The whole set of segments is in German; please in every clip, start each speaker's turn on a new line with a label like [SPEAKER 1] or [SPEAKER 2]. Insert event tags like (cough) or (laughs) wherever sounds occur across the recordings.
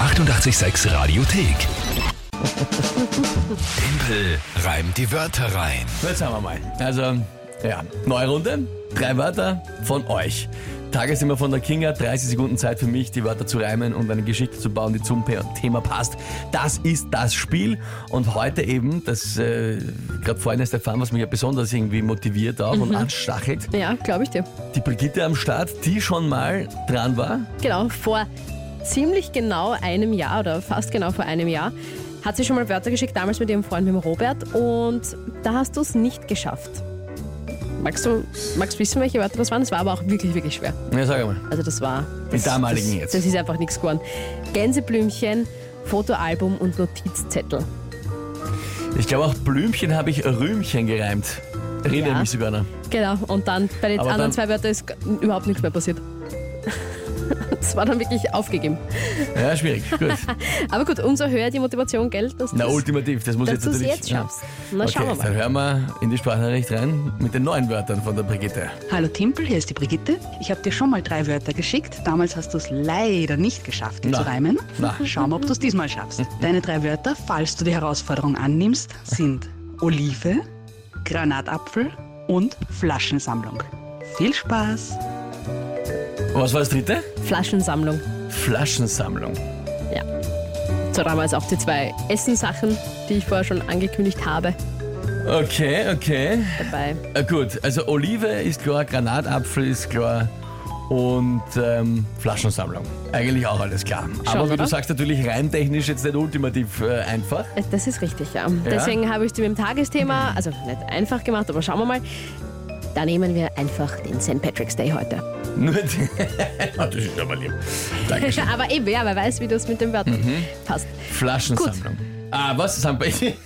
[SPEAKER 1] 886 Radiothek. Tempel reimt die Wörter rein.
[SPEAKER 2] Jetzt haben wir mal. Also, ja, neue Runde. Drei Wörter von euch. Tagesthema von der Kinga, 30 Sekunden Zeit für mich, die Wörter zu reimen und eine Geschichte zu bauen, die zum Pe- Thema passt. Das ist das Spiel. Und heute eben, das äh, gerade vorhin ist erfahren, was mich ja besonders irgendwie motiviert auch
[SPEAKER 3] Mhm.
[SPEAKER 2] und anstachelt,
[SPEAKER 3] Ja, glaube ich dir.
[SPEAKER 2] die Brigitte am Start, die schon mal dran war.
[SPEAKER 3] Genau, vor ziemlich genau einem Jahr oder fast genau vor einem Jahr hat sie schon mal Wörter geschickt, damals mit ihrem Freund, mit dem Robert. Und da hast du es nicht geschafft. Magst du, magst du wissen, welche Wörter das waren? Das war aber auch wirklich, wirklich schwer.
[SPEAKER 2] Ja, sag mal.
[SPEAKER 3] Also das war... Das,
[SPEAKER 2] damaligen
[SPEAKER 3] das,
[SPEAKER 2] jetzt.
[SPEAKER 3] Das ist einfach nichts geworden. Gänseblümchen, Fotoalbum und Notizzettel.
[SPEAKER 2] Ich glaube auch Blümchen habe ich Rühmchen gereimt. Erinnere
[SPEAKER 3] Ja.
[SPEAKER 2] mich sogar noch.
[SPEAKER 3] Genau, und dann bei den
[SPEAKER 2] Aber
[SPEAKER 3] anderen
[SPEAKER 2] dann-
[SPEAKER 3] zwei Wörtern ist g- überhaupt nichts mehr passiert. (laughs) Das war dann wirklich aufgegeben.
[SPEAKER 2] Ja, schwierig. Gut.
[SPEAKER 3] Aber gut, umso höher die Motivation, gell? dass
[SPEAKER 2] Na,
[SPEAKER 3] das-
[SPEAKER 2] ultimativ. Das muss
[SPEAKER 3] dass
[SPEAKER 2] jetzt
[SPEAKER 3] du es
[SPEAKER 2] natürlich.
[SPEAKER 3] jetzt schaffst. Na,
[SPEAKER 2] okay,
[SPEAKER 3] schauen wir
[SPEAKER 2] Dann
[SPEAKER 3] mal.
[SPEAKER 2] hören wir in die Sprachnachricht rein mit den neuen Wörtern von der Brigitte.
[SPEAKER 4] Hallo Timpel, hier ist die Brigitte. Ich habe dir schon mal drei Wörter geschickt. Damals hast du es leider nicht geschafft, die
[SPEAKER 2] Na.
[SPEAKER 4] zu reimen.
[SPEAKER 2] Na. Mhm.
[SPEAKER 4] Schauen wir, ob du es diesmal schaffst. Deine drei Wörter, falls du die Herausforderung annimmst, sind Olive, Granatapfel und Flaschensammlung. Viel Spaß!
[SPEAKER 2] Was war das dritte?
[SPEAKER 3] Flaschensammlung.
[SPEAKER 2] Flaschensammlung.
[SPEAKER 3] So damals auch die zwei Essenssachen, die ich vorher schon angekündigt habe,
[SPEAKER 2] Okay, okay.
[SPEAKER 3] dabei.
[SPEAKER 2] Äh, gut, also Olive ist klar, Granatapfel ist klar und ähm, Flaschensammlung. Eigentlich auch alles klar. Aber wie
[SPEAKER 3] oder?
[SPEAKER 2] du sagst, natürlich reintechnisch jetzt nicht ultimativ äh, einfach.
[SPEAKER 3] Äh, Das ist richtig, ja. Deswegen habe ich es dir mit dem Tagesthema, also nicht einfach gemacht, aber schauen wir mal. Da nehmen wir einfach den St. Patrick's Day heute.
[SPEAKER 2] Nur die- (laughs) Ah, das ist aber lieb. Dankeschön.
[SPEAKER 3] (laughs) aber eben, ja, wer weiß, wie das mit den Wörtern
[SPEAKER 2] Mhm.
[SPEAKER 3] passt.
[SPEAKER 2] Flaschensammlung. Ah, was? St. Pa-
[SPEAKER 3] (laughs)
[SPEAKER 2] St.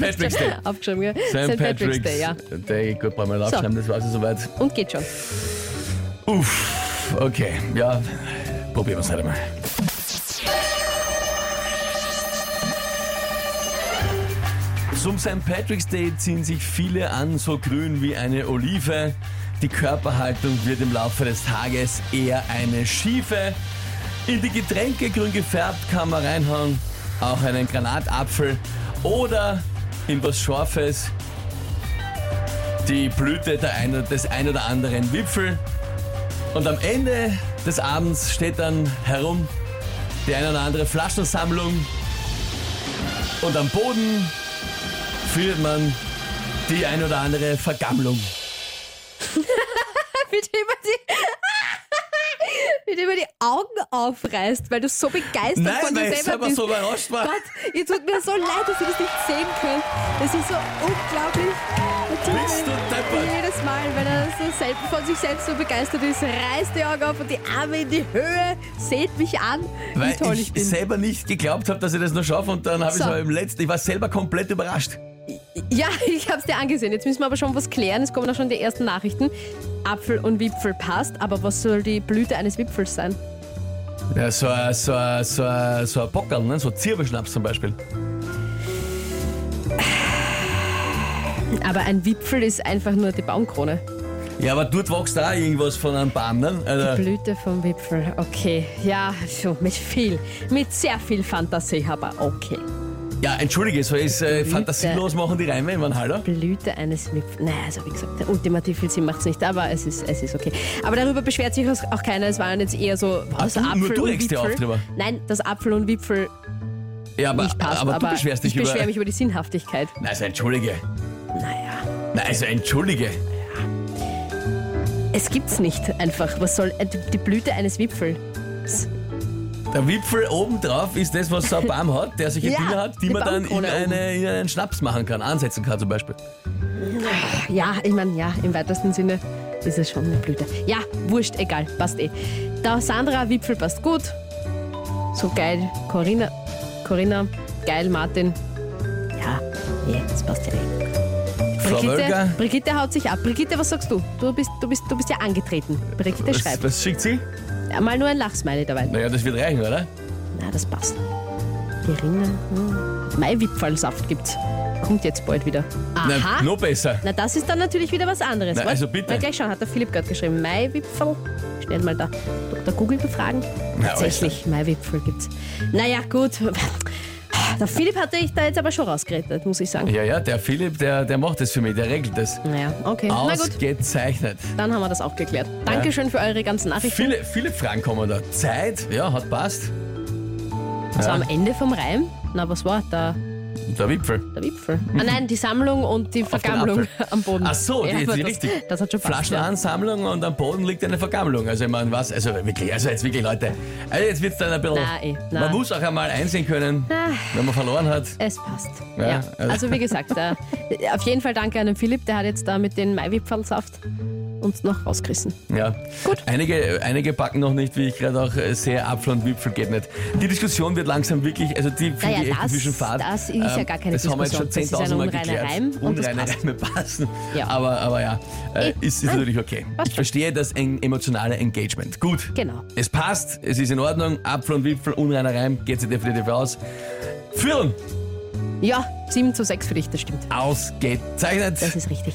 [SPEAKER 2] Patrick's Day.
[SPEAKER 3] Aufgeschrieben, gell?
[SPEAKER 2] St. Patrick's,
[SPEAKER 3] Day, ja.
[SPEAKER 2] Day. Gut, brauchen wir nicht aufschreiben, das war also soweit.
[SPEAKER 3] Und geht schon. (laughs)
[SPEAKER 2] Uff, okay, ja, probieren wir es halt einmal. Zum St. Patrick's Day ziehen sich viele an, so grün wie eine Olive. Die Körperhaltung wird im Laufe des Tages eher eine schiefe. In die Getränke grün gefärbt kann man reinhauen, auch einen Granatapfel oder in was Scharfes die Blüte der ein, des ein oder anderen Wipfel. Und am Ende des Abends steht dann herum die eine oder andere Flaschensammlung. Und am Boden findet man die ein oder andere Vergammlung.
[SPEAKER 3] Bitte immer die. (laughs) Wie du immer die Augen aufreißt, weil du so begeistert
[SPEAKER 2] Nein,
[SPEAKER 3] von dir
[SPEAKER 2] weil ich
[SPEAKER 3] selber
[SPEAKER 2] selber
[SPEAKER 3] bist.
[SPEAKER 2] so überrascht war.
[SPEAKER 3] Gott, ihr tut mir so leid, dass ihr das nicht sehen könnt. Das ist so unglaublich. Er tut mir
[SPEAKER 2] Bist du deppert?
[SPEAKER 3] Jedes Mal, wenn er so selten von sich selbst so begeistert ist, reißt die Augen auf und die Arme in die Höhe. Seht mich an,
[SPEAKER 2] Weil
[SPEAKER 3] wie toll ich,
[SPEAKER 2] ich
[SPEAKER 3] bin.
[SPEAKER 2] selber nicht geglaubt habe, dass ich das noch schaffe. Und dann habe ich
[SPEAKER 3] So.
[SPEAKER 2] es aber im letzten, ich war selber komplett überrascht.
[SPEAKER 3] Ja, (laughs) ich hab's dir angesehen. Jetzt müssen wir aber schon was klären. Es kommen auch schon die ersten Nachrichten. Apfel und Wipfel passt, aber was soll die Blüte eines Wipfels sein?
[SPEAKER 2] Ja, so ein so, ein- so, ein- so ein Bockerl, ne? so Zirbelschnaps zum Beispiel.
[SPEAKER 3] Aber ein Wipfel ist einfach nur die Baumkrone.
[SPEAKER 2] Ja, aber dort wächst da irgendwas von einem Baum. Ne?
[SPEAKER 3] (laughs)
[SPEAKER 2] Also,
[SPEAKER 3] Blüte vom Wipfel, okay. Ja, schon mit viel, mit sehr viel Fantasie, aber okay.
[SPEAKER 2] ja, entschuldige, so ist äh, fantasielos machen die Reime. Ich meine, hallo?
[SPEAKER 3] Blüte eines Wipfels. Naja, also wie gesagt, ultimativ viel Sinn macht's nicht, aber es ist, es ist okay. Aber darüber beschwert sich auch auch keiner. Es waren jetzt eher so was
[SPEAKER 2] Ah, du- nur
[SPEAKER 3] Apfel
[SPEAKER 2] du
[SPEAKER 3] und
[SPEAKER 2] regst dir auf
[SPEAKER 3] Wipfel.
[SPEAKER 2] drüber.
[SPEAKER 3] Nein, das Apfel und Wipfel
[SPEAKER 2] Ja, aber,
[SPEAKER 3] nicht passt.
[SPEAKER 2] aber,
[SPEAKER 3] aber
[SPEAKER 2] du beschwerst dich
[SPEAKER 3] ich
[SPEAKER 2] über.
[SPEAKER 3] beschwer mich über die Sinnhaftigkeit.
[SPEAKER 2] Nein, also entschuldige.
[SPEAKER 3] Naja,
[SPEAKER 2] Nein, also entschuldige.
[SPEAKER 3] es gibt's nicht einfach. Was soll äh, die die Blüte eines Wipfels?
[SPEAKER 2] Der Wipfel obendrauf ist das, was so ein Baum hat, der solche
[SPEAKER 3] Ja,
[SPEAKER 2] Dinge hat, die,
[SPEAKER 3] die
[SPEAKER 2] man dann in,
[SPEAKER 3] Baumkrone oben.
[SPEAKER 2] eine, in einen Schnaps machen kann, ansetzen kann zum Beispiel.
[SPEAKER 3] Ja, ich meine, ja, im weitesten Sinne ist es schon eine Blüte. Ja, wurscht, egal, passt eh. Da Sandra Wipfel passt gut. So geil, Corinna, Corinna, geil, Martin. Ja, eh, das passt ja eh.
[SPEAKER 2] Frau
[SPEAKER 3] Brigitte,
[SPEAKER 2] Wölger,
[SPEAKER 3] Brigitte haut sich ab. Brigitte, was sagst du? Du bist, du bist, du bist ja angetreten. Brigitte
[SPEAKER 2] was,
[SPEAKER 3] schreibt.
[SPEAKER 2] was schickt sie?
[SPEAKER 3] Ja, Mal nur ein Lachsmiley dabei.
[SPEAKER 2] Naja, das wird reichen, oder?
[SPEAKER 3] Na, das passt. Corinna, hm. Maiwipfelsaft gibt's. Kommt jetzt bald wieder. Aha.
[SPEAKER 2] Na, noch besser.
[SPEAKER 3] Na, das ist dann natürlich wieder was anderes.
[SPEAKER 2] Na,
[SPEAKER 3] was?
[SPEAKER 2] also bitte.
[SPEAKER 3] Na, gleich schauen, hat der Philipp gerade geschrieben. Maiwipfel. Schnell mal da Dr. Google befragen.
[SPEAKER 2] Na,
[SPEAKER 3] Tatsächlich, Maiwipfel gibt's. Naja, gut. Der Philipp hatte ich da jetzt aber schon rausgerettet, muss ich sagen.
[SPEAKER 2] Ja, ja, der Philipp, der, der macht das für mich, der regelt das.
[SPEAKER 3] Naja, okay. Na gut,
[SPEAKER 2] Ausgezeichnet.
[SPEAKER 3] dann haben wir das auch geklärt. Dankeschön für eure ganzen Nachrichten.
[SPEAKER 2] Viele, viele Fragen kommen da. Zeit, ja, hat passt.
[SPEAKER 3] So am Ende vom Reim. Na, was war da?
[SPEAKER 2] Der Wipfel.
[SPEAKER 3] Der Wipfel. Ah nein, die Sammlung und die Vergammlung
[SPEAKER 2] Apfel.
[SPEAKER 3] am Boden.
[SPEAKER 2] Ach so, die-
[SPEAKER 3] aber
[SPEAKER 2] die
[SPEAKER 3] das,
[SPEAKER 2] richtig.
[SPEAKER 3] Das hat schon passt, ja.
[SPEAKER 2] Flaschenansammlung und am Boden liegt eine Vergammlung. Also, ich meine, was? Also, wirklich, also jetzt wirklich, Leute. Also, jetzt wird's dann ein bisschen.
[SPEAKER 3] Na, eh, na.
[SPEAKER 2] Man muss auch einmal einsehen können,
[SPEAKER 3] Ah.
[SPEAKER 2] wenn man verloren hat.
[SPEAKER 3] Es passt.
[SPEAKER 2] Ja,
[SPEAKER 3] Ja,
[SPEAKER 2] also-
[SPEAKER 3] Also wie gesagt, äh, auf jeden Fall danke an den Philipp, der hat jetzt da mit den Maiwipfelsaft uns noch rausgerissen.
[SPEAKER 2] Ja.
[SPEAKER 3] Gut.
[SPEAKER 2] Einige, einige backen noch nicht, wie ich gerade auch äh, sehe, Apfel und Wipfel geht nicht. Die Diskussion wird langsam wirklich, also die finde
[SPEAKER 3] Naja,
[SPEAKER 2] ich echt
[SPEAKER 3] das-
[SPEAKER 2] inzwischen fad.
[SPEAKER 3] das ist ja gar keine
[SPEAKER 2] Das haben wir jetzt schon
[SPEAKER 3] Diskussion. Das ist
[SPEAKER 2] 10.000
[SPEAKER 3] ein
[SPEAKER 2] Mal
[SPEAKER 3] unreiner
[SPEAKER 2] geklärt.
[SPEAKER 3] Reim und das
[SPEAKER 2] unreine
[SPEAKER 3] passt.
[SPEAKER 2] Reime passen.
[SPEAKER 3] Ja.
[SPEAKER 2] Aber, aber ja, äh,
[SPEAKER 3] Eh,
[SPEAKER 2] ist, ist
[SPEAKER 3] nein,
[SPEAKER 2] natürlich okay.
[SPEAKER 3] passt
[SPEAKER 2] Ich
[SPEAKER 3] schon.
[SPEAKER 2] verstehe das en- emotionale Engagement. Gut.
[SPEAKER 3] Genau.
[SPEAKER 2] Es passt, es ist in Ordnung. Apfel und Wipfel, unreiner Reim, geht sich definitiv aus. Führen,
[SPEAKER 3] Ja, 7 zu 6 für dich, das stimmt.
[SPEAKER 2] ausgezeichnet.
[SPEAKER 3] Das ist richtig.